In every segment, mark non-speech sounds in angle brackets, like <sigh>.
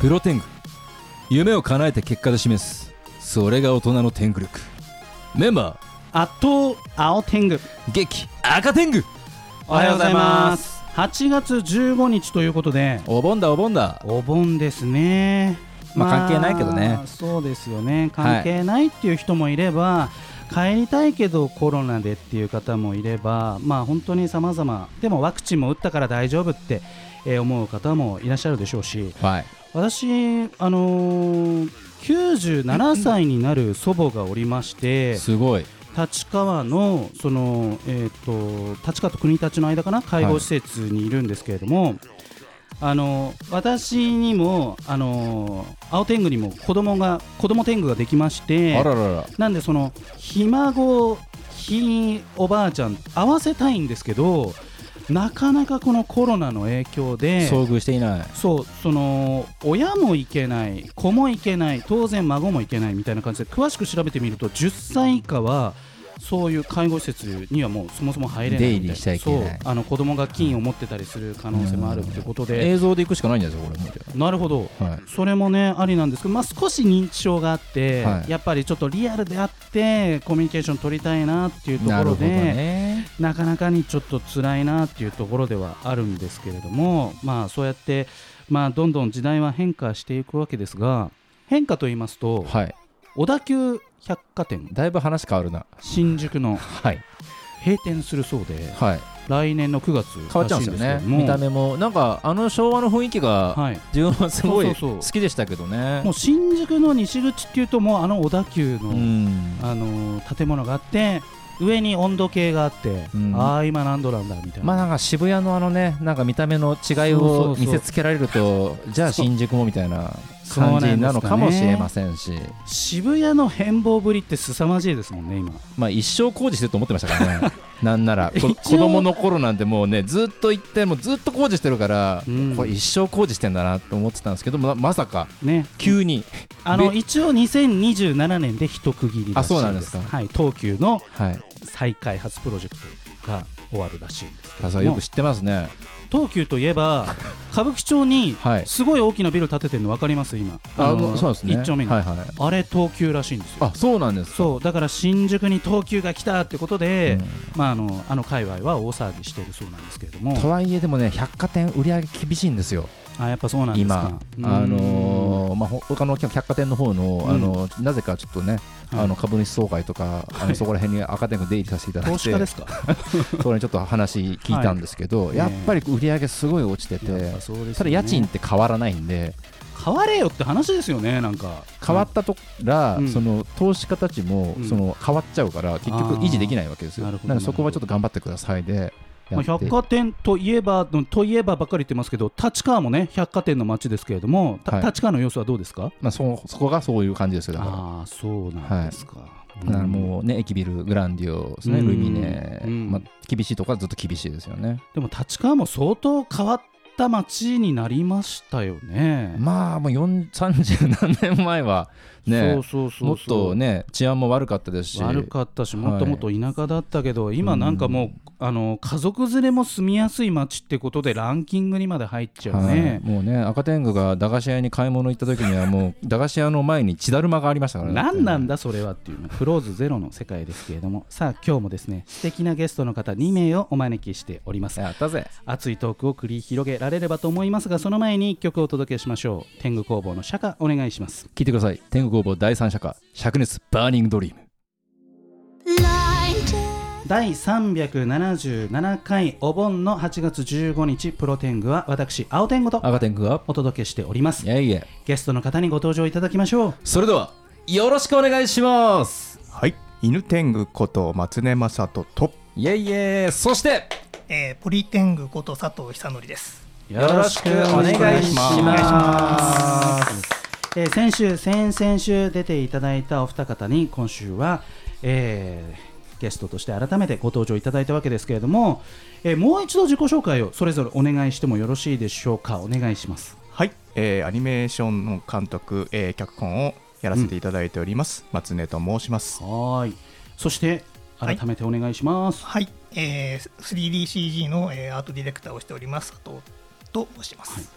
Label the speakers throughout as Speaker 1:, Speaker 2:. Speaker 1: プロテング夢を叶えて結果で示すそれが大人の天狗力メンバ
Speaker 2: あと青天狗
Speaker 1: ー激赤天狗
Speaker 2: おはようございます8月15日ということで
Speaker 1: お盆だお盆だ
Speaker 2: お盆ですね
Speaker 1: まあ関係ないけどね
Speaker 2: そうですよね関係ないっていう人もいれば、帰りたいけどコロナでっていう方もいればまあ本当に様々でもワクチンも打ったから大丈夫ってえー思う方もいらっしゃるでしょうし
Speaker 1: はい
Speaker 2: 私あのー97歳になる祖母がおりまして、
Speaker 1: すごい
Speaker 2: 立川のその、えー、と立川と国立の間かな介護施設にいるんですけれども、あの私にもあの青天狗にも子供が子供天狗ができまして
Speaker 1: あららら
Speaker 2: なんでそのひ孫ひいおばあちゃん合わせたいんですけどなかなかこのコロナの影響で
Speaker 1: 遭遇していない
Speaker 2: そうその親も行けない子も行けない当然孫も行けないみたいな感じで詳しく調べてみると10歳以下はそういう介護施設にはもうそもそも入れない
Speaker 1: 出入りしちゃいけない
Speaker 2: そうあの子供が菌を持ってたりする可能性もあるってことで、
Speaker 1: 映像で行くしかないんですよこれもう
Speaker 2: なるほど
Speaker 1: はい
Speaker 2: それもねありなんですけど、まあ、少し認知症があって、
Speaker 1: はい
Speaker 2: やっぱりちょっとリアルであってコミュニケーション取りたいなっていうとこ
Speaker 1: なる
Speaker 2: ろ
Speaker 1: ほど
Speaker 2: で
Speaker 1: ね
Speaker 2: なかなかにちょっと辛いなっていうところではあるんですけれども、まあ、そうやって、まあ、どんどん時代は変化していくわけですが変化と言いますと
Speaker 1: はい
Speaker 2: 小田急百貨店
Speaker 1: だいぶ話変わるな
Speaker 2: 新宿の
Speaker 1: はい
Speaker 2: 閉店するそうで
Speaker 1: はい
Speaker 2: 来年の9月
Speaker 1: 変わっ
Speaker 2: ら
Speaker 1: ちゃう
Speaker 2: し
Speaker 1: ん
Speaker 2: い
Speaker 1: で
Speaker 2: んですす
Speaker 1: よね
Speaker 2: けども
Speaker 1: 見た目もなんかあの昭和の雰囲気が
Speaker 2: はい、
Speaker 1: 自分はすごい
Speaker 2: そうそう
Speaker 1: 好
Speaker 2: そう
Speaker 1: きでしたけどね
Speaker 2: もう新宿の西口っていうともうあの小田急の、
Speaker 1: うん
Speaker 2: あのー建物があって上に温度計があって、
Speaker 1: うん
Speaker 2: ああ今何度なんだみたいな,、
Speaker 1: まあなんか渋谷のあのねなんか見た目の違い
Speaker 2: そうそ
Speaker 1: を
Speaker 2: うそ
Speaker 1: 見
Speaker 2: う
Speaker 1: せつけられるとじゃあ新宿もみたいな
Speaker 2: そう
Speaker 1: 感
Speaker 2: なんです
Speaker 1: じ
Speaker 2: かね
Speaker 1: なのかもしれませんし
Speaker 2: 渋谷の変貌ぶりって凄まじいですもんね今
Speaker 1: まあ一生工事してると思ってましたからね <laughs> なんならこ
Speaker 2: 一応
Speaker 1: 子供の頃なんてもうねずっと行ってもうずっと工事してるから、
Speaker 2: うん
Speaker 1: これ一生工事してんだなと思ってたんですけどままさか
Speaker 2: ね
Speaker 1: 急に、
Speaker 2: あの一応2027年で一区切りらしいです
Speaker 1: あそうなんですか
Speaker 2: はい、東急の
Speaker 1: はい
Speaker 2: 再開発プロジェクトが終わるらしいんです
Speaker 1: さすがよく知ってますね
Speaker 2: 東急といえば歌舞伎町に
Speaker 1: はい
Speaker 2: すごい大きなビル建ててるの分かります今
Speaker 1: あのそうなんですね
Speaker 2: 一丁目に、
Speaker 1: はいはい
Speaker 2: あれ東急らしいんですよ
Speaker 1: あそうなんですか
Speaker 2: そうだから新宿に東急が来たってことで、
Speaker 1: うん
Speaker 2: まあ、あのあの界隈は大騒ぎしてるそうなんですけれど
Speaker 1: と
Speaker 2: も
Speaker 1: はいえでもね百貨店売り上げ厳しいんですよ
Speaker 2: あやっぱそうなんです
Speaker 1: 今
Speaker 2: か、
Speaker 1: あのーまあ、ほ他の百貨店の方の、
Speaker 2: うん
Speaker 1: あのなぜかちょっとね、
Speaker 2: はい
Speaker 1: あの株主総会とか、あのそこら辺に赤点が出入りさせていただい
Speaker 2: 投
Speaker 1: て、
Speaker 2: 資家ですか
Speaker 1: そこにちょっと話聞いたんですけど、
Speaker 2: はい
Speaker 1: やっぱり売り上げすごい落ちてて、
Speaker 2: やっぱそうですよね
Speaker 1: ただ家賃って変わらないんで、
Speaker 2: 変われよって話ですよねなんか
Speaker 1: 変わったとら、
Speaker 2: うん
Speaker 1: その投資家たちも、
Speaker 2: うん
Speaker 1: その変わっちゃうから、結局維持できないわけですよ。
Speaker 2: あー
Speaker 1: な
Speaker 2: な
Speaker 1: の
Speaker 2: るほど
Speaker 1: でそこはちょっと頑張ってくださいでや
Speaker 2: まあ、
Speaker 1: って、
Speaker 2: 百貨店といえばのといえばばっかり言ってますけど立川もね百貨店の街ですけれども、た
Speaker 1: はい
Speaker 2: 立川の様子はどうですか
Speaker 1: まあ、そそこがそういう感じですよだから。
Speaker 2: ああそうなんですか、
Speaker 1: だからもうね、駅ビル、グランディオですね、
Speaker 2: うん
Speaker 1: ルミネ、
Speaker 2: うん
Speaker 1: まあ、厳しいところはずっと厳しいですよね。
Speaker 2: でも立川も相当変わった街になりましたよね、
Speaker 1: まあ、もう4 30何年前はね
Speaker 2: そう、そうそうそう
Speaker 1: もっとね、治安も悪かったですし、
Speaker 2: 悪かったしもっともっと田舎だったけど、今なんかもう、あの家族連れも住みやすい街ってことでランキングにまで入っちゃう
Speaker 1: はい
Speaker 2: ね、
Speaker 1: もうね、赤天狗が駄菓子屋に買い物行った時には、
Speaker 2: <laughs>
Speaker 1: もう駄菓子屋の前に血だるまがありましたからね。
Speaker 2: 何なんだそれはっていうねクローズゼロの世界ですけれどもさあ今日もですね素敵なゲストの方2名をお招きしております
Speaker 1: やったぜ。
Speaker 2: 熱いトークを繰り広げられればと思いますがその前に1曲をお届けしましょう天狗工房の釈迦お願いします
Speaker 1: 聞いてください。天狗工房第三社か、灼熱バーニングドリーム。
Speaker 2: 第377回お盆の8月15日プロ天狗は私青天狗と
Speaker 1: 赤天狗が、
Speaker 2: お届けしております
Speaker 1: いやいや。
Speaker 2: ゲストの方にご登場いただきましょう
Speaker 1: それでは、よろしくお願いします。
Speaker 3: はい犬天狗こと松根正人と
Speaker 1: いやいや、そして、
Speaker 4: えーポリテングこと佐藤久則です。
Speaker 1: よろしくお願いします
Speaker 2: お願いしますえー先週先々週出ていただいたお二方に今週は、えーゲストとして改めてご登場いただいたわけですけれども、えーもう一度自己紹介をそれぞれお願いしてもよろしいでしょうかお願いします
Speaker 3: はい、えーアニメーションの監督、えー脚本をやらせていただいております、松根と申します
Speaker 2: はいそして
Speaker 4: はい
Speaker 2: 改めてお願いします、
Speaker 4: はい、えー 3DCG の、えーアートディレクターをしております佐藤と申します。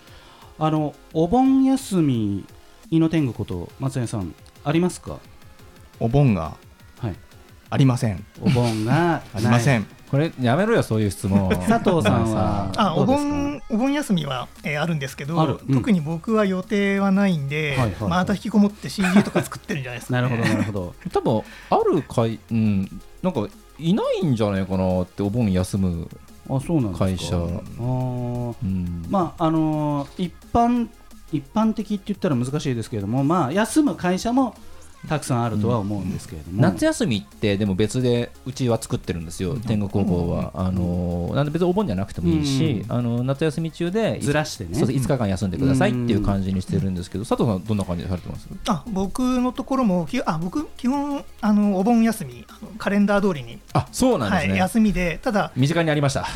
Speaker 2: あのお盆休みイノテングこと松江さんありますか
Speaker 3: お盆が
Speaker 2: はい
Speaker 3: ありません。
Speaker 2: お盆 <laughs> が
Speaker 3: ありませ
Speaker 2: ん
Speaker 3: ん。
Speaker 1: これやめろよそういう質問
Speaker 2: <laughs> 佐藤さんは
Speaker 4: あ
Speaker 2: ど
Speaker 4: お
Speaker 2: うですか
Speaker 4: 盆お盆休みは、えーあるんですけど、
Speaker 2: あるうん
Speaker 4: 特に僕は予定はないんで、
Speaker 2: はいはいはい
Speaker 4: また引きこもって CD とか作ってるんじゃないです
Speaker 2: <laughs>
Speaker 4: か、
Speaker 2: な
Speaker 4: ね、
Speaker 2: るほどなるほど
Speaker 1: 多分ある会うんなんかいないんじゃないかなってお盆休む
Speaker 2: あそうなんですか
Speaker 1: 会社
Speaker 2: あー
Speaker 1: うん
Speaker 2: まああのー一般一般的って言ったら難しいですけれどもまあ休む会社もたくさんあるとは思うんですけれども、
Speaker 1: 夏休みってでも別でうちは作ってるんですよ、天狗高校は、あのなんで別にお盆じゃなくてもいいし、
Speaker 2: う
Speaker 1: あの夏休み中で
Speaker 2: ずらしてね
Speaker 1: そうそう5日間休んでくださいっていう感じにしてるんですけど、佐藤さんどんな感じでされてます
Speaker 4: あ僕のところもきあ僕基本あのお盆休みあのカレンダー通りに、
Speaker 1: あそうなんで
Speaker 4: は
Speaker 1: す
Speaker 4: い、
Speaker 1: ね、
Speaker 4: 休みで
Speaker 2: <laughs>
Speaker 4: ただ
Speaker 1: 身近にありました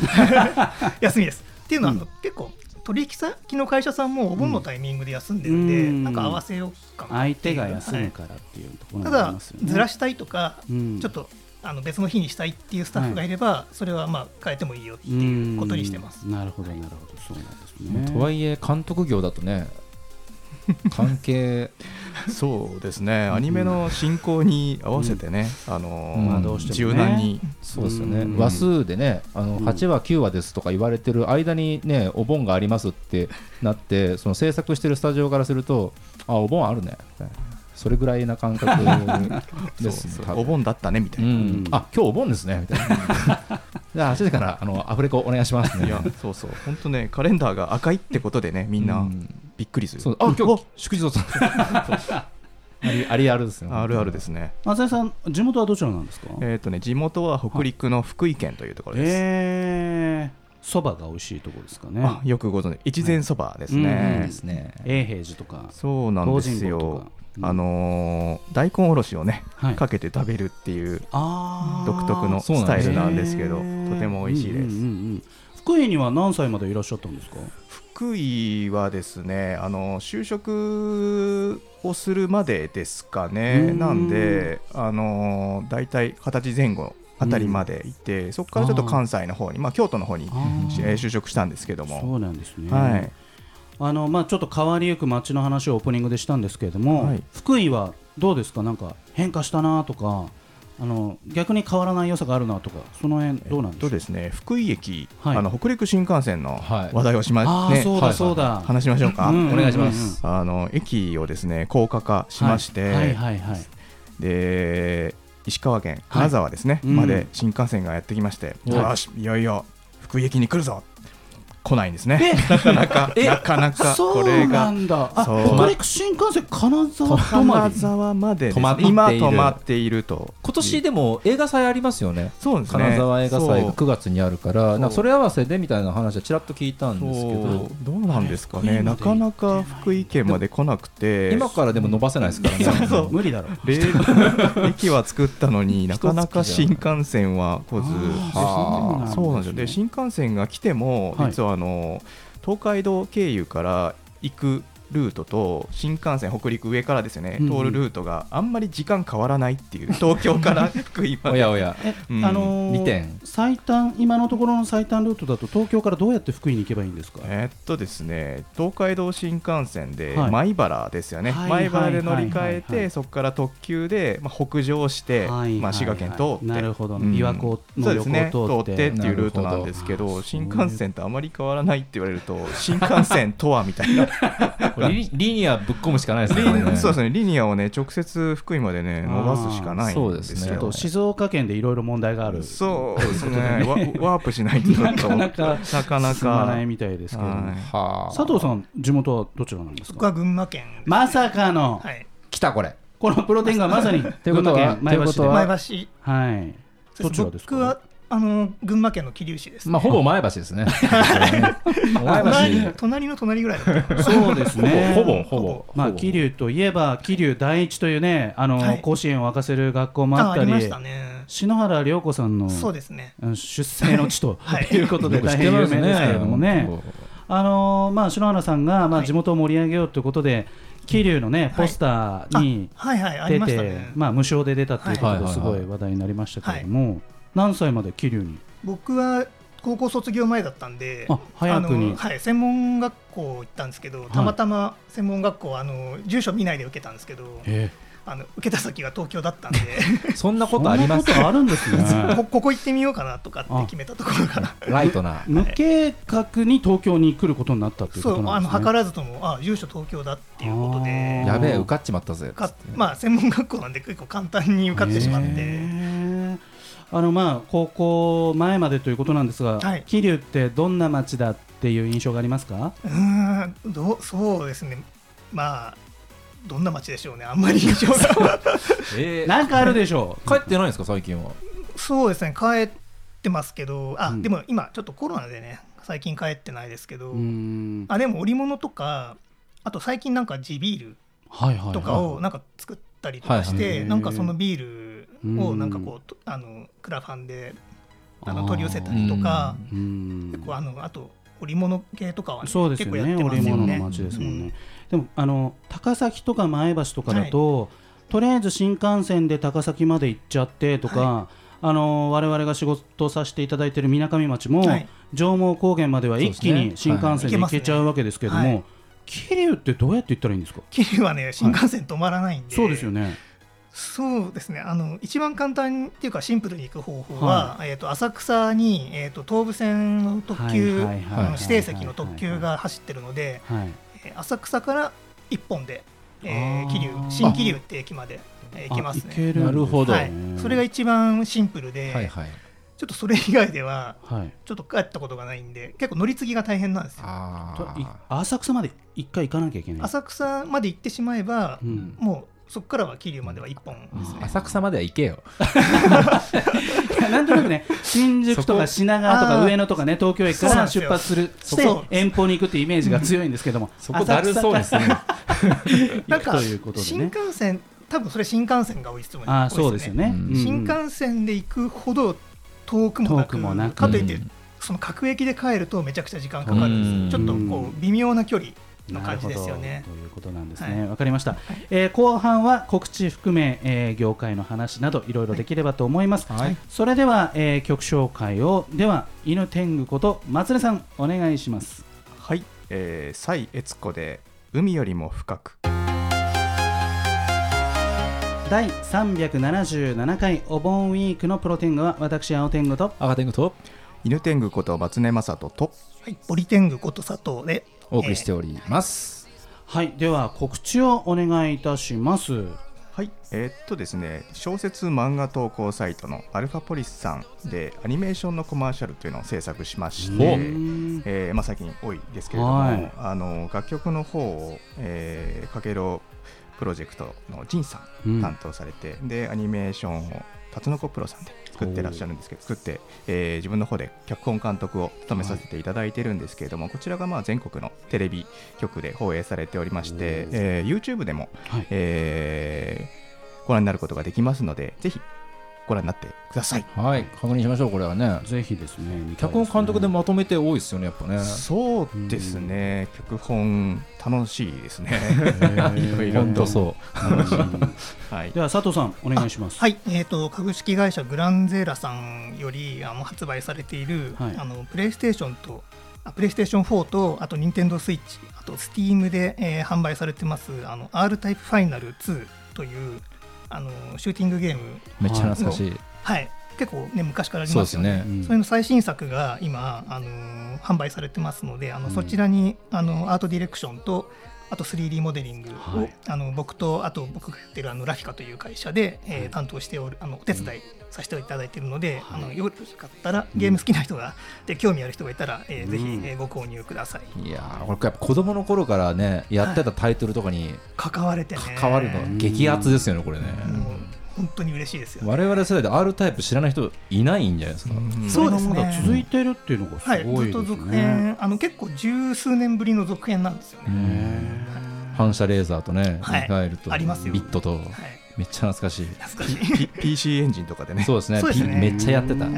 Speaker 4: 休みですっていうのは、あの結構取引先の会社さんもお盆のタイミングで休んでるんで、
Speaker 2: うん
Speaker 4: なんか合わせようかな
Speaker 2: 相手が休
Speaker 4: は
Speaker 2: む
Speaker 4: い
Speaker 2: からっていうところ
Speaker 4: た
Speaker 2: があり
Speaker 4: だ
Speaker 2: ますよね、
Speaker 4: ずらしたいとか、
Speaker 2: うん
Speaker 4: ちょっとあの別の日にしたいっていうスタッフがいれば、それはまあ変えてもいいよっていうことにしてます。
Speaker 2: うんなるほどなるほどそうなんですね
Speaker 1: とはいえ監督業だとね関係
Speaker 3: そうですね。アニメの進行に合わせてね、あの
Speaker 1: まあ
Speaker 2: どうしてもね
Speaker 3: 柔軟に
Speaker 1: そうですよね、
Speaker 2: うん
Speaker 1: 話数でねあの
Speaker 2: うん
Speaker 1: 8話9話ですとか言われてる間にねお盆がありますってなってその制作してるスタジオからするとあお盆あるねみたいなそれぐらいな感覚ですね
Speaker 3: <laughs> そう
Speaker 1: 多
Speaker 3: そう
Speaker 1: 分
Speaker 3: お盆だったねみた
Speaker 1: う
Speaker 3: いな。
Speaker 1: ん、あ今日お盆ですねみたい
Speaker 3: <laughs>
Speaker 1: なじゃあ8時からあのアフレコお願いしますね
Speaker 3: いや、そうそう。本当ね、カレンダーが赤いってことでね、みん
Speaker 1: う
Speaker 3: なんびっくりする。
Speaker 1: そうあ今
Speaker 3: わ
Speaker 1: 日祝日だった
Speaker 3: <laughs>
Speaker 1: ありありあるですね
Speaker 3: あるあるです
Speaker 1: ね
Speaker 3: ね。
Speaker 2: 松井さん地元はどちらなんですか
Speaker 3: えっ、とね、地元は北陸の福井県というところです。
Speaker 2: えーそばが美味しいところですかね
Speaker 3: あよくご存知、一膳そばです
Speaker 2: はいうん
Speaker 3: ね
Speaker 1: で。すね
Speaker 2: 永平寺とか
Speaker 3: そうなんです
Speaker 2: 東尋坊と
Speaker 3: よ
Speaker 2: か。うん
Speaker 3: あのー大根おろしをね、
Speaker 2: はい
Speaker 3: かけて食べるっていう
Speaker 2: あー
Speaker 3: 独特の
Speaker 1: そう
Speaker 3: ス
Speaker 1: なん
Speaker 3: タ
Speaker 1: で
Speaker 3: イ
Speaker 1: すね
Speaker 3: ルなんですけど、
Speaker 2: へー
Speaker 3: とても美味しいです。
Speaker 2: うんうんうんうん福井には何歳までいらっしゃったんですか
Speaker 3: 福井はですね、あの就職をするまでですか
Speaker 2: う
Speaker 3: ね。
Speaker 2: ん
Speaker 3: なんで、あのー、大体二十歳前後あたりまでいて、そこからちょっと関西の方に、まあ京都の方に、
Speaker 2: あー
Speaker 3: えー就職したんですけど
Speaker 2: そ
Speaker 3: も。
Speaker 2: うなんですね、
Speaker 3: はい。
Speaker 2: あのまあ、ちょっと変わりゆく街の話をオープニングでしたんですけれども、
Speaker 3: はい
Speaker 2: 福井はどうですか、なんか変化したなとかあの、逆に変わらない良さがあるなとか、その辺どうなんで
Speaker 3: と
Speaker 2: すか、
Speaker 3: ですね、福井駅、
Speaker 2: はい
Speaker 3: あの北陸新幹線の
Speaker 1: はい
Speaker 3: 話題をしま、
Speaker 2: ああ、
Speaker 3: ね
Speaker 2: そうだそうだ、
Speaker 3: 話しましょうか、
Speaker 2: うん
Speaker 1: お願いします
Speaker 3: あの駅をですね高架化しまして、
Speaker 2: はいはいはいはい
Speaker 3: で石川県金沢ですね、
Speaker 2: はいうん
Speaker 3: まで新幹線がやってきまして、
Speaker 2: はい
Speaker 3: よしいよいよ福井駅に来るぞ来ないんですねなかなかなかなか
Speaker 2: そ
Speaker 3: こ
Speaker 2: う
Speaker 3: れ
Speaker 2: な
Speaker 3: が
Speaker 2: んだ、あ
Speaker 3: そう
Speaker 2: 北陸新幹線、金沢止ま
Speaker 3: 金
Speaker 2: り、
Speaker 3: 沢までですね
Speaker 1: 止まっている
Speaker 3: 今止まっていると
Speaker 1: 今年でも映画祭ありますよね
Speaker 3: そうですね
Speaker 1: 金沢映画祭
Speaker 3: そ
Speaker 1: が
Speaker 3: う
Speaker 1: 9月にあるから
Speaker 3: う
Speaker 1: なんかそれ合わせでみたいな話はちらっと聞いたん
Speaker 3: そう
Speaker 1: ですけど
Speaker 3: どうなんですか
Speaker 2: あれ
Speaker 3: ねなかなか福井県まで来なくて
Speaker 1: 今からでも伸ばせないですからね
Speaker 3: そうそう
Speaker 2: 無理だろ、
Speaker 3: レ <laughs> ー駅は作ったのになかなか新幹線は来ず
Speaker 2: あー
Speaker 3: で
Speaker 2: そ
Speaker 3: そうう
Speaker 2: な
Speaker 3: なんん
Speaker 2: で
Speaker 3: です
Speaker 2: ね
Speaker 3: すよで新幹線が来ても、
Speaker 2: はい
Speaker 3: 実はあの東海道経由から行くルートと新幹線北陸上からですよね、
Speaker 2: うん
Speaker 3: 通るルートがあんまり時間変わらないっていう東京から福井ま
Speaker 1: <laughs> お
Speaker 3: で
Speaker 1: やおや
Speaker 2: え
Speaker 3: うん
Speaker 2: あのー
Speaker 1: 二点
Speaker 2: 最短、今のところの最短ルートだと、東京からどうやって福井に行けばいいんですか、
Speaker 3: えーっとですね東海道新幹線で
Speaker 2: はい
Speaker 3: 米原ですよね、
Speaker 2: はい
Speaker 3: 米原で乗
Speaker 2: はい
Speaker 3: り
Speaker 2: はい
Speaker 3: 換え
Speaker 2: はいはい
Speaker 3: てそこから特急で、まあ、北上して、
Speaker 2: はい
Speaker 3: まあ、滋賀県通っ
Speaker 2: な
Speaker 3: て
Speaker 2: るほど、
Speaker 3: うん
Speaker 2: 琵琶湖
Speaker 3: そ
Speaker 2: の
Speaker 3: うですね
Speaker 2: 旅行を通って,、
Speaker 3: 通ってっていうルートなんですけ
Speaker 2: なるほど
Speaker 3: ど新幹線とあまり変わらないって言われると新幹線とはみたい
Speaker 2: <laughs>
Speaker 3: な
Speaker 1: リ <laughs> リニアぶっ込むしかないですね
Speaker 3: リ
Speaker 1: これね
Speaker 3: <laughs> そうですねリニアをね直接福井までね伸ばすしかないんですよ
Speaker 1: そうですね
Speaker 2: ちょっと静岡県でいろいろ問題がある
Speaker 3: そうですねワワープしないとちょっと
Speaker 2: <laughs> なかなか
Speaker 3: なかな
Speaker 2: 進ま
Speaker 3: か
Speaker 2: ないみたいですけれども、
Speaker 3: はい
Speaker 1: はあ
Speaker 2: 佐藤さん地元はどちらなんです
Speaker 4: 僕
Speaker 2: か
Speaker 4: は群馬県、
Speaker 2: まさかの、
Speaker 4: はい、
Speaker 1: 来たこれ
Speaker 2: このプロテインがまさに
Speaker 1: という
Speaker 2: 群
Speaker 1: こと
Speaker 2: 馬
Speaker 1: は
Speaker 2: 県前
Speaker 1: とい
Speaker 2: 橋
Speaker 1: うこと
Speaker 2: で
Speaker 1: は
Speaker 4: 前橋
Speaker 2: はい
Speaker 4: そう
Speaker 2: ど
Speaker 4: で
Speaker 2: ち
Speaker 4: す
Speaker 2: らですか
Speaker 4: 僕はあの群馬県の桐生市です、
Speaker 1: まあほ <laughs> ぼ前橋ですね前
Speaker 4: 隣
Speaker 1: 橋
Speaker 4: 隣の隣ぐらいだっ
Speaker 2: <laughs>
Speaker 4: た
Speaker 2: そうですね
Speaker 1: ほぼほぼほぼ
Speaker 2: まあ桐生といえば桐生第一というねあの、
Speaker 4: はい
Speaker 2: 甲子園を沸かせる学校も
Speaker 4: あ
Speaker 2: あっ
Speaker 4: あ
Speaker 2: た
Speaker 4: り
Speaker 2: り
Speaker 4: ましたね
Speaker 2: 篠原涼子さんの
Speaker 4: そうですね
Speaker 2: あの出生の地と
Speaker 4: <laughs> はい
Speaker 2: いうことで大変有名ですけれどもね。あのーまあ、篠原さんが、まあ、
Speaker 4: はい
Speaker 2: 地元を盛り上げようということで、桐生の、ね、ポスター
Speaker 4: あ
Speaker 2: に
Speaker 4: はいはいあ
Speaker 2: 出、
Speaker 4: りましてた
Speaker 2: ま
Speaker 4: ね、
Speaker 2: あ、無償で出たということ
Speaker 1: はい
Speaker 2: ですごい話題になりましたけれども、何歳まで桐生に、
Speaker 4: 僕は高校卒業前だったんで、
Speaker 2: あ早くに
Speaker 4: あのはい、専門学校行ったんですけど、たまたま専門学校、あの住所見ないで受けたんですけど、
Speaker 2: え
Speaker 4: あの受けた先が東京だったんで、
Speaker 1: そんな
Speaker 2: こ
Speaker 1: こととあ
Speaker 2: あ
Speaker 1: り
Speaker 2: りま
Speaker 1: ますす
Speaker 2: ことあるんですね
Speaker 4: こ <laughs> ここ行ってみようかなとかって決めたところから、
Speaker 1: ライトな
Speaker 2: <laughs> 無計画に東京に来ることになったというこ
Speaker 4: そ
Speaker 2: と
Speaker 4: う
Speaker 2: な
Speaker 4: あ
Speaker 2: んで
Speaker 4: の
Speaker 2: すね
Speaker 4: 計らずとも、あ住所東京だっていうことで
Speaker 2: あー、
Speaker 1: やべえ受かっちまったぜ
Speaker 4: かまあ、専門学校なんで結構簡単に受かってしまって、
Speaker 2: へーあのまあ高校前までということなんですが、
Speaker 4: はい
Speaker 2: 桐生ってどんな街だっていう印象がありますか
Speaker 4: うーんどうそうですね、まあ、どんな街でしょうね、あんまり印象が。
Speaker 1: え
Speaker 2: なんかあるでしょう
Speaker 1: 帰ってないんですか最近は
Speaker 4: <laughs> そうですね、帰ってますけど、あ、
Speaker 2: うん
Speaker 4: でも今、ちょっとコロナでね、最近帰ってないですけど、
Speaker 2: うーん
Speaker 4: あでも織物とか、あと最近、なんか地ビール
Speaker 2: はいはいはい
Speaker 4: とかをなんか作ったりとかして、
Speaker 1: はい
Speaker 2: はい
Speaker 4: なんかそのビール
Speaker 2: う
Speaker 4: を
Speaker 2: ん
Speaker 4: なんかこう、とあのクラファンであの取り寄せたりとか、
Speaker 2: うーん
Speaker 4: 結構あのあと織物系とかは、ね
Speaker 2: そうですよね
Speaker 4: 結構やっ
Speaker 2: 織
Speaker 4: てますよ
Speaker 2: 物
Speaker 4: ね。
Speaker 2: の街ですもん
Speaker 4: う
Speaker 2: ね、でもあの高崎とか前橋とかだと、とりあえず新幹線で高崎まで行っちゃってとか、あの我々が仕事させていただいているみなかみ町も、
Speaker 4: はい
Speaker 2: 上毛高原までは一気
Speaker 1: そう
Speaker 2: に
Speaker 1: ですね
Speaker 2: 新幹線で行けちゃうわけですけど
Speaker 4: はい
Speaker 2: も桐生、ってどうやって行ったらいいんですか、
Speaker 4: 桐生はね新幹線止まらないんで、
Speaker 2: そうですよね
Speaker 4: そうですねあの一番簡単っていうかシンプルに行く方法は、えー、と浅草に、えー、と東武線の特急
Speaker 2: はいはいはいはい
Speaker 4: あの指定席の特急が走ってるので
Speaker 2: はい
Speaker 4: えー浅草から1本で、えー
Speaker 2: あー
Speaker 4: 桐生新桐生って駅まで、えー行けます
Speaker 2: あ
Speaker 4: ね。
Speaker 2: けるんですね
Speaker 1: なるほど
Speaker 4: はい、それが一番シンプルで、
Speaker 1: はいはい
Speaker 4: ちょっとそれ以外では
Speaker 2: はい
Speaker 4: ちょっと帰ったことがないんで結構乗り継ぎが大変なんですよ
Speaker 2: とい
Speaker 1: あ
Speaker 2: 浅草まで一回行かなきゃいけない
Speaker 4: 浅草まで行ってしまえば、
Speaker 2: うん
Speaker 4: もうそこからは桐生までは1本です
Speaker 1: ー
Speaker 4: ね
Speaker 1: 浅草までは行けよ
Speaker 2: なんとなくね、新宿とか品川と
Speaker 4: そ
Speaker 2: か
Speaker 4: こ
Speaker 2: 上野とかね、東京駅か
Speaker 4: そうな
Speaker 2: ら
Speaker 4: んです
Speaker 2: 出
Speaker 4: よ
Speaker 2: 発する、し
Speaker 4: そう
Speaker 2: て遠方に行くっていうイメージが強いんですけども、
Speaker 1: そこだるそうです <laughs> ね
Speaker 2: 浅
Speaker 4: な
Speaker 2: 草
Speaker 4: ん
Speaker 2: から行く
Speaker 4: か
Speaker 2: ということで
Speaker 4: 新
Speaker 2: ね。
Speaker 4: 幹線多分それ新幹線が多い質問
Speaker 2: あーそうですよね。
Speaker 1: うん
Speaker 2: うん
Speaker 4: 新幹線で行くほど遠くもな
Speaker 2: 遠く
Speaker 4: く
Speaker 2: もなく
Speaker 4: かといって、
Speaker 1: うん
Speaker 4: その各駅で帰るとめちゃくちゃ時間かかるんです
Speaker 1: う
Speaker 4: よ
Speaker 1: ん
Speaker 4: ちょっとこう微妙な距離の感じです
Speaker 2: な
Speaker 4: よ
Speaker 2: る
Speaker 4: ね
Speaker 2: ほどということなんですね。
Speaker 4: は
Speaker 2: わ、かりました、えー後半は告知含め、えー業界の話などいろいろできればと思います。
Speaker 1: はい
Speaker 2: それでは、えー曲紹介をでは犬天狗こと松根さんお願いします。
Speaker 3: はい、えー、サイ・エツコで海よりも深く
Speaker 2: 第377回お盆ウィークのプロ天狗は私青天狗と
Speaker 1: 赤天狗と
Speaker 3: 犬天狗こと松根正人と
Speaker 4: はい、ボリテングこと佐藤で
Speaker 1: お送りしております
Speaker 2: はい、では告知をお願いいたします。
Speaker 3: はい、えーっとですね、小説漫画投稿サイトのアルファポリスさんでアニメーションのコマーシャルというのを制作しまして、えーまあ、最近多いですけれども、
Speaker 2: はい
Speaker 3: あの楽曲の方を、えー、かけろプロジェクトのジンさ
Speaker 2: うんん
Speaker 3: 担当されて、でアニメーションをタツノコプロさんで作ってらっしゃるんですけど作って、えー自分の方で脚本監督を務めさせていただいてるんですけれども、こちらがまあ全国のテレビ局で放映されておりまして、えー YouTube でも、
Speaker 2: はい
Speaker 3: えーご覧になることができますのでぜひご覧になってください。
Speaker 1: はい確認しましょうこれはね
Speaker 2: ぜひですね、見たい
Speaker 1: 脚
Speaker 2: すね
Speaker 1: 本監督でまとめて多いですよねやっぱね
Speaker 3: そうですね、脚本楽しいですね。
Speaker 2: <laughs>
Speaker 3: いろいろ
Speaker 1: 本
Speaker 3: と
Speaker 1: 当そう
Speaker 3: はい
Speaker 2: で、は佐藤さんお願いします。
Speaker 4: はい、えー、と株式会社グランゼーラさんよりあの発売されている、
Speaker 2: はい
Speaker 4: あのプレイステーションとあプレイステーション4とあとニンテンドースイッチあと Steam で、えー販売されてますあの R タイプファイナル2というあのシューティングゲーム
Speaker 1: めっちゃ懐かしい
Speaker 4: はい結構ね昔からあり
Speaker 1: そう
Speaker 4: ま
Speaker 1: ですす
Speaker 4: よね
Speaker 1: ね
Speaker 2: うん
Speaker 4: それの最新作が今、あのー販売されてますのであの、
Speaker 2: うん
Speaker 4: そちらにあのアートディレクションとあと 3D モデリングを、
Speaker 2: はい
Speaker 4: あの僕とあと僕がやってるあのラフィカという会社で、えー担当しておるあのお手伝いさせていただいているので、
Speaker 2: はい
Speaker 4: あのよろしかったらゲーム好きな人が、で興味ある人がいたら、えーぜひ、
Speaker 2: うん
Speaker 4: えーご購入ください
Speaker 1: いやー俺やっぱ子供の頃からねやってたタイトルとかに
Speaker 4: 関われてね
Speaker 1: 関わるの激アツですよねこれね
Speaker 4: もう本当に嬉しいですよ、ね
Speaker 1: 我々世代で R タイプ知らない人いないんじゃないですか
Speaker 3: うん
Speaker 4: そうです
Speaker 2: まだ
Speaker 4: ね
Speaker 2: 続いてるっていうのがす
Speaker 4: はい、
Speaker 2: ご
Speaker 4: ず
Speaker 2: いです
Speaker 4: っと
Speaker 2: ね。
Speaker 4: 続編あの結構十数年ぶりの続編なんですよね、
Speaker 2: へ
Speaker 1: 反射レーザーとね
Speaker 4: はい
Speaker 1: ミカエルと
Speaker 4: ありますよ
Speaker 1: ビットと
Speaker 4: はい、
Speaker 1: めっちゃ懐かしい
Speaker 4: 懐かしい
Speaker 3: PC エンジンとかでね、
Speaker 1: そうですね
Speaker 4: そうですね
Speaker 1: ピめっちゃやってた
Speaker 4: はい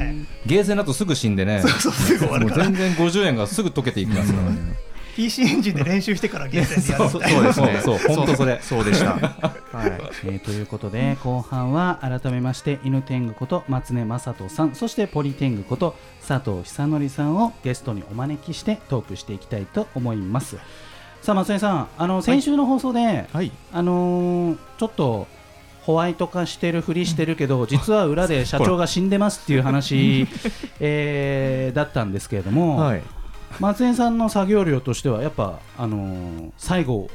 Speaker 1: ゲーセンだとすぐ死んでね
Speaker 4: そうそうすぐ終わ
Speaker 1: も
Speaker 4: る
Speaker 1: う
Speaker 4: から
Speaker 1: 全然50円がすぐ溶けていきますからね
Speaker 4: PC エンジンで練習してからゲーセンで
Speaker 2: <laughs>
Speaker 4: やるみたい
Speaker 1: そ
Speaker 4: な
Speaker 1: うですねそうそう本当それ
Speaker 3: そうでしたは
Speaker 2: えーということで後半は改めまして犬天狗こと松根正人さんそしてポリ天狗こと佐藤久則さんをゲストにお招きしてトークしていきたいと思いますさあ松根さんあの先週の放送で、
Speaker 3: い、はい、
Speaker 2: あのーちょっとホワイト化してるふりしてるけど実は裏で社長が死んでますっていう
Speaker 3: <laughs>
Speaker 2: 話、えーだったんですけれども、
Speaker 3: はい、
Speaker 2: 松江さんの作業量としてはやっぱ、あのー最後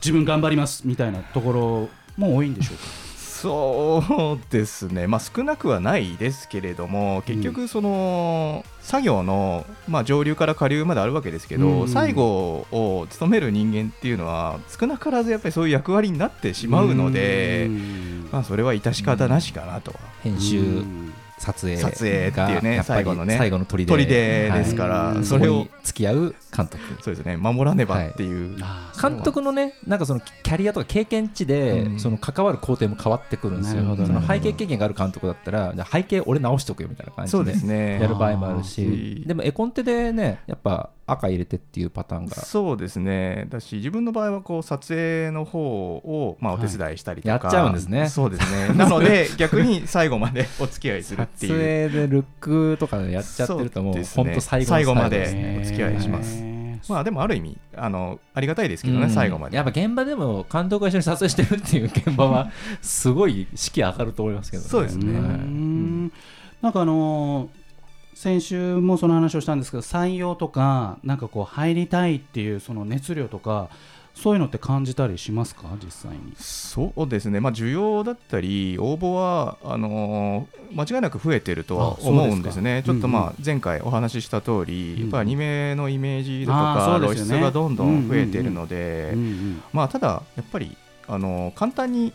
Speaker 2: 自分頑張りますみたいなところも多いんでしょうか
Speaker 3: そうですね、まあ、少なくはないですけれども、結局、その作業の、まあ、上流から下流まであるわけですけど、
Speaker 2: うん
Speaker 3: 最後を務める人間っていうのは、少なからずやっぱりそういう役割になってしまうので、
Speaker 2: うん
Speaker 3: まあ、それは致し方なしかなとは。
Speaker 1: 編
Speaker 2: う
Speaker 1: 集
Speaker 2: ん
Speaker 1: 撮影
Speaker 3: 撮影っていうね
Speaker 1: がやっぱり
Speaker 3: 最後のね
Speaker 1: 最後の砦
Speaker 3: 砦ですから
Speaker 1: はい
Speaker 3: それを
Speaker 1: こに付き合う監督
Speaker 3: そうですね守らねばっていう、
Speaker 2: あー
Speaker 1: 監督のねなんかそのキキャリアとか経験値で、
Speaker 3: うん
Speaker 1: その関わる工程も変わってくるんですよ
Speaker 2: なるほど
Speaker 1: その
Speaker 2: なる
Speaker 1: 背
Speaker 2: ほど
Speaker 1: 景経験がある監督だったらじゃあ背景俺直しとくよみたいな感じ
Speaker 3: そう
Speaker 1: で
Speaker 3: ですね
Speaker 1: やる場合もあるし
Speaker 3: あー
Speaker 1: でも絵コンテでねやっぱ赤入れてっていうパターンが
Speaker 3: そうですねだし自分の場合はこう撮影の方を、まあ、お手伝いしたりとか、
Speaker 1: はいやっちゃうんですね
Speaker 3: そうですね <laughs> なので逆に最後までお付き合いするっ
Speaker 1: 撮
Speaker 3: ていう
Speaker 1: 影でルックとかでやっちゃってるともう
Speaker 3: そうですね
Speaker 1: 本当最後の
Speaker 3: 最後まで
Speaker 1: ですね
Speaker 3: お付き合いします
Speaker 2: へー
Speaker 3: まあでもある意味あのありがたいですけどね、
Speaker 1: うん
Speaker 3: 最後まで
Speaker 1: やっぱ現場でも監督が一緒に撮影してるっていう現場はすごい士気上がると思いますけどね
Speaker 3: そうですね
Speaker 1: は
Speaker 2: う
Speaker 1: い
Speaker 2: んなんかあのー先週もその話をしたんですけど採用とかなんかこう入りたいっていうその熱量とかそういうのって感じたりしますか実際に。
Speaker 3: そうですね、まあ、需要だったり、応募はあのー間違いなく増えてるとは
Speaker 2: あそうですか
Speaker 3: 思うんですね、ちょっとまあ前回お話しした通り、
Speaker 2: うん
Speaker 3: やっぱアニメのイメージだと
Speaker 2: あ
Speaker 3: か、
Speaker 2: ーそう
Speaker 3: 露
Speaker 2: ですよ
Speaker 3: 出
Speaker 2: ね
Speaker 3: がどんどん増えてるの
Speaker 2: う
Speaker 3: で、
Speaker 2: んうん
Speaker 3: まあ、ただ、やっぱり、あのー簡単に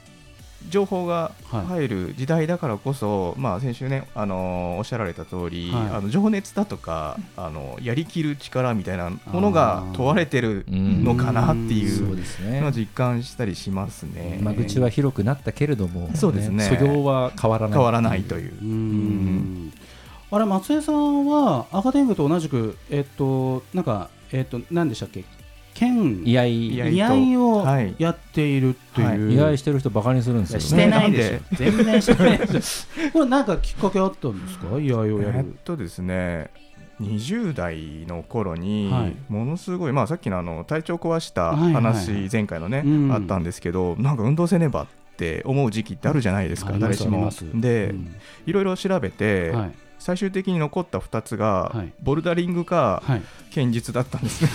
Speaker 3: 情報が
Speaker 2: はい
Speaker 3: 入る時代だからこそ、まあ、先週ね、あのーおっしゃられた通り、
Speaker 2: はい
Speaker 3: あの情熱だとか、あのやりきる力みたいなものが問われてる
Speaker 1: うん
Speaker 3: のかなってい
Speaker 1: そう
Speaker 3: う
Speaker 1: です
Speaker 3: の
Speaker 1: ね
Speaker 3: を実感したりしますね。
Speaker 1: 間口は広くなったけれども
Speaker 3: そうですね
Speaker 1: 素業は変わらない
Speaker 3: 変わらないという
Speaker 2: う。んあれ松江さんは赤天狗と同じくえっとなんかえっと何でしたっけ県
Speaker 1: 居合
Speaker 3: 居合
Speaker 2: 居合を
Speaker 3: はい
Speaker 2: やっているって
Speaker 3: はい
Speaker 2: いう。
Speaker 1: 居合してる人バカにするんです
Speaker 2: い
Speaker 1: よ
Speaker 2: や
Speaker 1: ね
Speaker 2: してないですよ
Speaker 3: ね。
Speaker 2: 全然してないですよ。これなんかきっかけあったんですか？居合をや
Speaker 3: えーっ
Speaker 2: る。
Speaker 3: とですね20代の頃に、
Speaker 2: はい
Speaker 3: ものすごい、まあ、さっきのあの体調壊した
Speaker 2: はいはいはい
Speaker 3: 話、前回のね、
Speaker 2: うん
Speaker 3: あったんですけど、なんか運動せねばって思う時期ってあるじゃないですか、
Speaker 2: ありま
Speaker 3: 誰
Speaker 2: す
Speaker 3: しも。で、
Speaker 2: うん
Speaker 3: いろいろ調べて、
Speaker 2: はい
Speaker 3: 最終的に残った2つが、
Speaker 2: はい
Speaker 3: ボルダリングか、
Speaker 2: はい。
Speaker 3: 剣術だったんですね。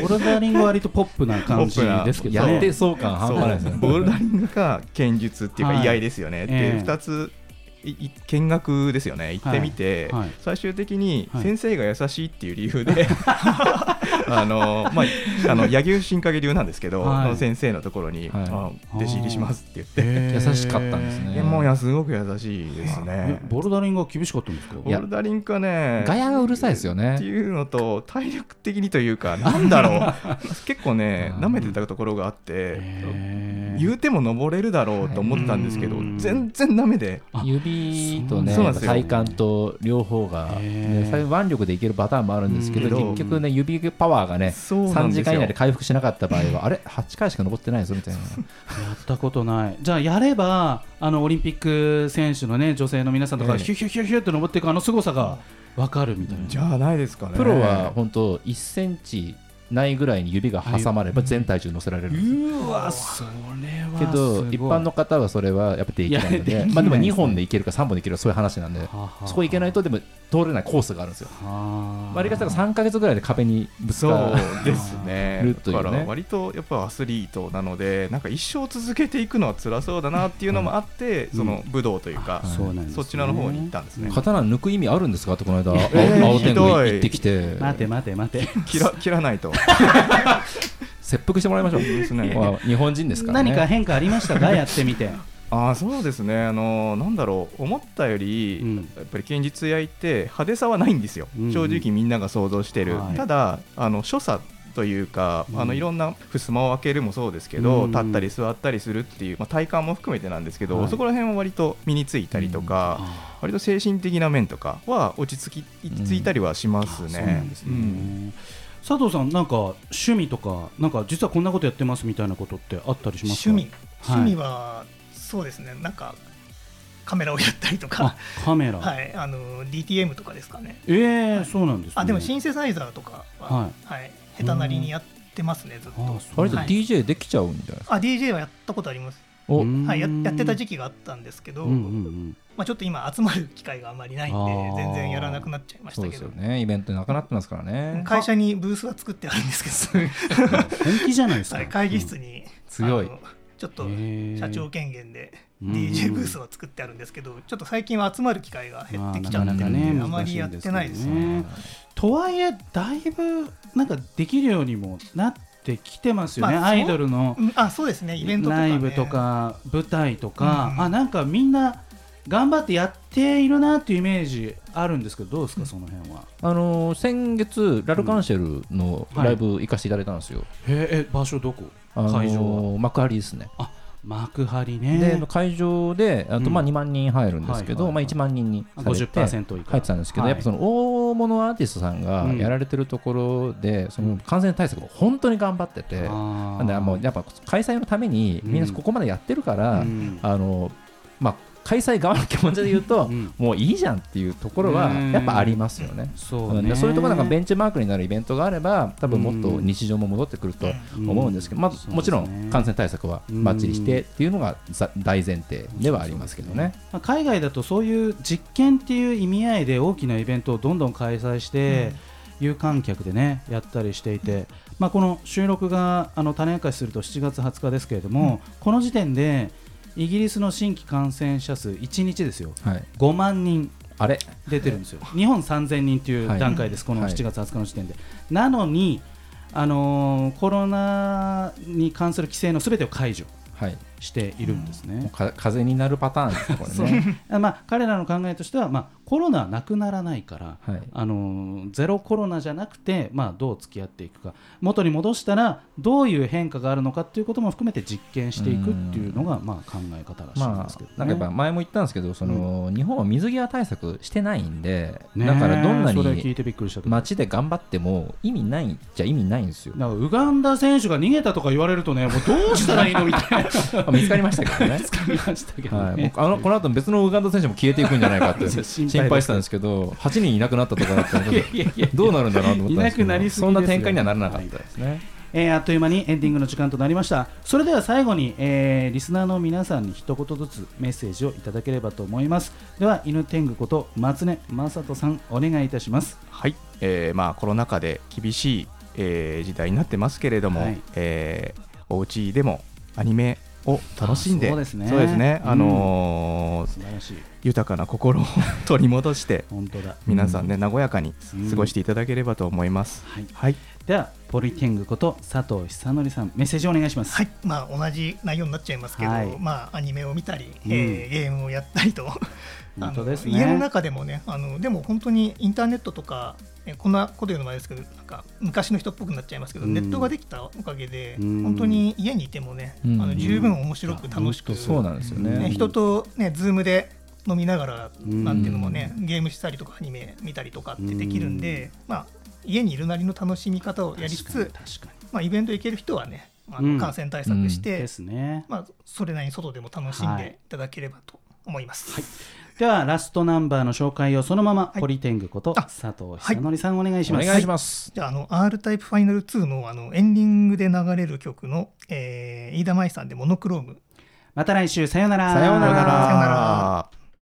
Speaker 2: ボルダリングは割とポップな感じですけど
Speaker 1: やっ
Speaker 2: ね
Speaker 1: て。そう感半端ないですよ
Speaker 3: そう
Speaker 1: ね
Speaker 3: ボルダリングか剣術っていうか、
Speaker 2: はい
Speaker 3: 居合ですよね。
Speaker 2: え
Speaker 3: で
Speaker 2: え
Speaker 3: 2ついい見学ですよね行ってみて、
Speaker 2: はいはい
Speaker 3: 最終的に
Speaker 2: はい
Speaker 3: 先生が優しいっていう理
Speaker 2: <laughs>
Speaker 3: 由で、あのまああの柳生新陰流なんですけど、
Speaker 2: はい
Speaker 3: の先生のところに、
Speaker 1: はい
Speaker 3: あ弟子入りしますって言って、
Speaker 2: へー
Speaker 1: 優しかったんですね
Speaker 3: でもうやすごく優しいです
Speaker 2: え
Speaker 3: ね。
Speaker 2: ボルダリングは厳しかったんですか？
Speaker 3: ボルダリングはね
Speaker 1: ガヤがうるさいですよね
Speaker 3: っていうのと体力的にというかなんだろう <laughs> 結構ね
Speaker 1: うん
Speaker 3: 舐めてたところがあって
Speaker 2: へー
Speaker 3: 言うても登れるだろうと思ったんですけど
Speaker 2: はい
Speaker 3: 全然ダメで
Speaker 2: あ
Speaker 1: 指とね
Speaker 3: そうなんですよ
Speaker 1: 体幹と両方が、
Speaker 2: へー
Speaker 1: ね最後腕力でいけるパターンもあるんですけど、
Speaker 3: うん
Speaker 1: 結局ね指パワーがね
Speaker 3: そうなん
Speaker 1: 3
Speaker 3: ですよ
Speaker 1: 時間以内で回復しなかった場合はあれ8回しか登ってないぞみたいな
Speaker 2: やったことない。じゃあやればあのオリンピック選手のね女性の皆さんとか
Speaker 3: ええ
Speaker 2: ヒュヒュヒュヒュって登っていくあの凄さがわかるみたいな。
Speaker 3: じゃあないですかね
Speaker 1: プロは本当1センチないぐらいに指が挟まれば全体重乗せられるんですよ
Speaker 2: うわそれは
Speaker 1: けど
Speaker 2: すごい
Speaker 1: 一般の方はそれはやっぱりできないの
Speaker 2: い
Speaker 1: で
Speaker 2: やできないですね
Speaker 1: まあでも2本でいけるか3本でいけるかそういう話なんで
Speaker 2: はあはあ
Speaker 1: そこいけないとでも通れないコースがあるんですよ
Speaker 2: はあ
Speaker 1: 割り方が3か月ぐらいで壁にぶつ
Speaker 3: そう
Speaker 1: かる
Speaker 3: ですね
Speaker 1: ルート
Speaker 3: だ
Speaker 1: よ
Speaker 3: か
Speaker 1: ね
Speaker 3: ら割とやっぱアスリートなのでなんか一生続けていくのは辛そうだなっていうのもあって、その武道というか、
Speaker 2: そうなんですね
Speaker 3: そちらの方に行ったんですね、
Speaker 1: 刀抜く意味あるんですかってこの間、青
Speaker 3: えー
Speaker 1: 青天狗
Speaker 3: ひどい
Speaker 1: 行ってきて、
Speaker 2: 待て待て待て
Speaker 3: 切ら切らないと
Speaker 1: 切腹してもらいましょ
Speaker 3: そうですね
Speaker 1: う。まあ日本人ですからね。
Speaker 2: 何か変化ありましたかやってみて
Speaker 3: <laughs> ああそうですねあのなんだろう思ったより、
Speaker 2: うん
Speaker 3: やっぱり剣術屋行って派手さはないんですよ、
Speaker 2: うんうん
Speaker 3: 正直みんなが想像してる、
Speaker 2: はい
Speaker 3: ただあの所作というか、
Speaker 2: うん
Speaker 3: あのいろんな襖を開けるもそうですけど、
Speaker 2: うん
Speaker 3: 立ったり座ったりするっていう、まあ、体感も含めてなんですけど、
Speaker 2: はい
Speaker 3: そこら辺は割と身についたりとか、
Speaker 2: あ
Speaker 3: 割と精神的な面とかは落ち着き落ち着いたりはします
Speaker 2: ーそうな
Speaker 3: ね
Speaker 2: んです。
Speaker 3: うん
Speaker 2: ね佐藤さんなんか趣味とかなんか実はこんなことやってますみたいなことってあったりしますか
Speaker 4: 趣味
Speaker 2: はい
Speaker 4: 趣味はそうですねなんかカメラをやったりと
Speaker 2: あ
Speaker 4: か
Speaker 2: カメラ、
Speaker 4: はいあの DTM とかですかね
Speaker 2: ええ
Speaker 4: はい
Speaker 2: そうなんです、ね、
Speaker 4: あでもシンセサイザーとか
Speaker 2: は
Speaker 4: ははい下手なりにやってますねずっ
Speaker 2: あ
Speaker 4: と
Speaker 2: そう
Speaker 1: 割
Speaker 4: れで
Speaker 1: と
Speaker 4: はい
Speaker 1: DJ できちゃうんじゃないですか、
Speaker 4: あ DJ はやったことあります
Speaker 1: お
Speaker 2: うん
Speaker 4: はいややってた時期があったんですけど
Speaker 2: うんうんうん
Speaker 4: まあちょっと今集まる機会があまりないん
Speaker 2: あ
Speaker 4: で
Speaker 2: ー
Speaker 4: 全然やらなくなっちゃいまし
Speaker 1: そう
Speaker 4: た
Speaker 1: です
Speaker 4: けど
Speaker 1: よねイベントなくなってますからね
Speaker 4: 会社にブースは作ってある
Speaker 2: <laughs>
Speaker 4: んですけど
Speaker 2: 本気じゃないですか
Speaker 4: はい会議室に
Speaker 1: 強い
Speaker 4: あのちょっと
Speaker 2: に
Speaker 4: 社長権限で
Speaker 2: うん
Speaker 4: DJ ブースを作ってあるんですけどちょっと最近は集まる機会が減ってきちゃってるんで、
Speaker 2: ま
Speaker 4: あ
Speaker 2: あなかなかね
Speaker 4: まりやってないですね。
Speaker 2: ねとはいえだいぶなんかできるようにもなってきてますよね、
Speaker 4: まあ
Speaker 2: ア
Speaker 4: そう
Speaker 2: イドルの
Speaker 4: うんあそうですねイベントとか、
Speaker 2: ラ
Speaker 4: ね、
Speaker 2: イブとか舞台とか、
Speaker 4: うん
Speaker 2: あなんかみんな頑張ってやっているなっていうイメージあるんですけどどうですかその辺は、
Speaker 1: あのー先月ラルカンシェルのライブ行かせていただいたんですよ、
Speaker 2: ええ場所どこ
Speaker 1: あのー
Speaker 2: 会場
Speaker 1: 幕張ですね
Speaker 2: 幕張
Speaker 1: であ
Speaker 2: ね
Speaker 1: の会場であとまあ
Speaker 2: うん
Speaker 1: 2万人入るんですけど、
Speaker 2: はいはいはい
Speaker 1: まあ、1万人に
Speaker 2: あ
Speaker 1: されて
Speaker 2: 50%以下
Speaker 1: 入ってたんですけど、
Speaker 2: はい
Speaker 1: やっぱその大物アーティストさんがやられてるところで、その感染対策を本当に頑張ってて、
Speaker 2: あ
Speaker 1: なんであもうやっぱ開催のためにみんなここまでやってるか
Speaker 2: う
Speaker 1: ら、
Speaker 2: ん
Speaker 1: あのまあ、開催側の気持ちで言うと、
Speaker 2: うん
Speaker 1: もういいじゃんっていうところはやっぱありますよね。
Speaker 2: そ
Speaker 1: そうう
Speaker 2: ね
Speaker 1: そういうところなんかベンチマークになるイベントがあれば多分もっと日常も戻ってくると思うんですけど、まあ、もちろん感染対策はバッチリしてっていうのがざ大前提ではありますけどね。
Speaker 2: まあ、海外だとそういう実験っていう意味合いで大きなイベントをどんどん開催して、有観客でねやったりしていて、まあ、この収録があの種明かしすると7月20日ですけれども、この時点でイギリスの新規感染者数1日ですよ
Speaker 1: はい、
Speaker 2: 5万人
Speaker 1: あれ
Speaker 2: 出てるんですよ、日本3000人という段階です、
Speaker 1: はい
Speaker 2: この
Speaker 1: はい
Speaker 2: 7月20日の時点で。なのに、あのーコロナに関する規制のすべてを解除
Speaker 1: はい、
Speaker 2: しているんですね。
Speaker 1: もうか風邪になるパターンですね、こ <laughs>
Speaker 2: そ
Speaker 1: れね。
Speaker 2: うまあ、彼らの考えとしては、まあ、コロナはなくならないから、
Speaker 1: はい
Speaker 2: あのーゼロコロナじゃなくて、まあ、どう付き合っていくか元に戻したらどういう変化があるのかっていうことも含めて実験していくっていうのがまあ、考え方らしいん
Speaker 1: ま
Speaker 2: ですけど、ね
Speaker 1: あ、なんかやっぱ前も言ったんですけど、その日本は水際対策してないんで、
Speaker 2: ね
Speaker 1: だからどんな
Speaker 2: それ聞い
Speaker 1: に
Speaker 2: てびっくりしたけど、
Speaker 1: 街で頑張っても意味ないじゃ意味ないんです
Speaker 2: <laughs>
Speaker 1: よ。
Speaker 2: なんかウガンダ選手が逃げたとか言われるとねもうどうしたらいいの
Speaker 1: <laughs>
Speaker 2: みたいな
Speaker 1: あ見つかりましたけどね。
Speaker 2: 感じましたけど <laughs>
Speaker 1: はい、
Speaker 2: ね
Speaker 1: もう。あのこの後別のウガンダ選手も消えていくんじゃないかって
Speaker 2: <laughs> そう心
Speaker 1: 心
Speaker 2: 配で
Speaker 1: 配
Speaker 2: す
Speaker 1: したんですけど、8人いなくなったとかだったら、ちょっと
Speaker 2: <laughs> いやいや
Speaker 1: どうなるんだろうと思ったんですけど、
Speaker 2: いなくなりすぎですよ
Speaker 1: そんな展開にはならなかったですね。
Speaker 2: えーあっという間にエンディングの時間となりましたそれでは最後に、えーリスナーの皆さんに一言ずつメッセージをいただければと思いますでは犬天狗こと松根正人さんお願いいたします
Speaker 3: はい、えーまあ、コロナ禍で厳しい、えー時代になってますけれども、
Speaker 2: はい
Speaker 3: えーお家でもアニメを楽しんで、
Speaker 2: あそうですね
Speaker 3: そうですね
Speaker 2: うん
Speaker 3: あのー
Speaker 2: 素晴らしい
Speaker 3: 豊かな心を取り戻して、
Speaker 2: 本当だ
Speaker 3: 皆さんね、和やかに
Speaker 2: うん
Speaker 3: 過ごしていただければと思います。
Speaker 2: はい
Speaker 3: はい、
Speaker 2: ではポリ天狗こと佐藤久典さんメッセージをお願いします
Speaker 4: はいまあ、同じ内容になっちゃいますけど、
Speaker 2: はい
Speaker 4: まあ、アニメを見たり、
Speaker 2: うん
Speaker 4: えーゲームをやったりとあ
Speaker 2: <laughs> 本当
Speaker 4: の
Speaker 2: ですね
Speaker 4: 家の中でもねあのでも本当にインターネットとかえこんなこと言うのもあれですけどなんか昔の人っぽくなっちゃいますけど、
Speaker 2: うん
Speaker 4: ネットができたおかげで、
Speaker 2: うん
Speaker 4: 本当に家にいてもね、
Speaker 1: うん
Speaker 4: あの十分面白く楽しく、
Speaker 2: うん
Speaker 1: そうなんですよね。
Speaker 4: ね、人と、ね、ズームで飲みながら
Speaker 2: うん
Speaker 4: なんていうのもね、ゲームしたりとかアニメ見たりとかってできるんで、まあ、家にいるなりの楽しみ方をやりつ
Speaker 2: 確
Speaker 4: つ
Speaker 2: か、に確か
Speaker 4: まあ、イベント行ける人はねあ
Speaker 2: うん
Speaker 4: の感染対策し
Speaker 2: に
Speaker 4: て、
Speaker 2: ですね
Speaker 4: まあ、それなりに外でも楽しん
Speaker 2: はい
Speaker 4: でいただければと思います。
Speaker 2: ではラストナンバーの紹介をそのまま、
Speaker 4: い
Speaker 2: ポリ天狗こと
Speaker 4: あ
Speaker 2: 佐藤久典さんお願いし
Speaker 1: お
Speaker 2: ます、
Speaker 1: 願いします。
Speaker 4: じゃあ、あの、R タイプファイナル2の、あの、エンディングで流れる曲の、えー、飯田舞さんでモノクローム。
Speaker 2: また来週さようなら
Speaker 1: さようなら
Speaker 4: さようなら。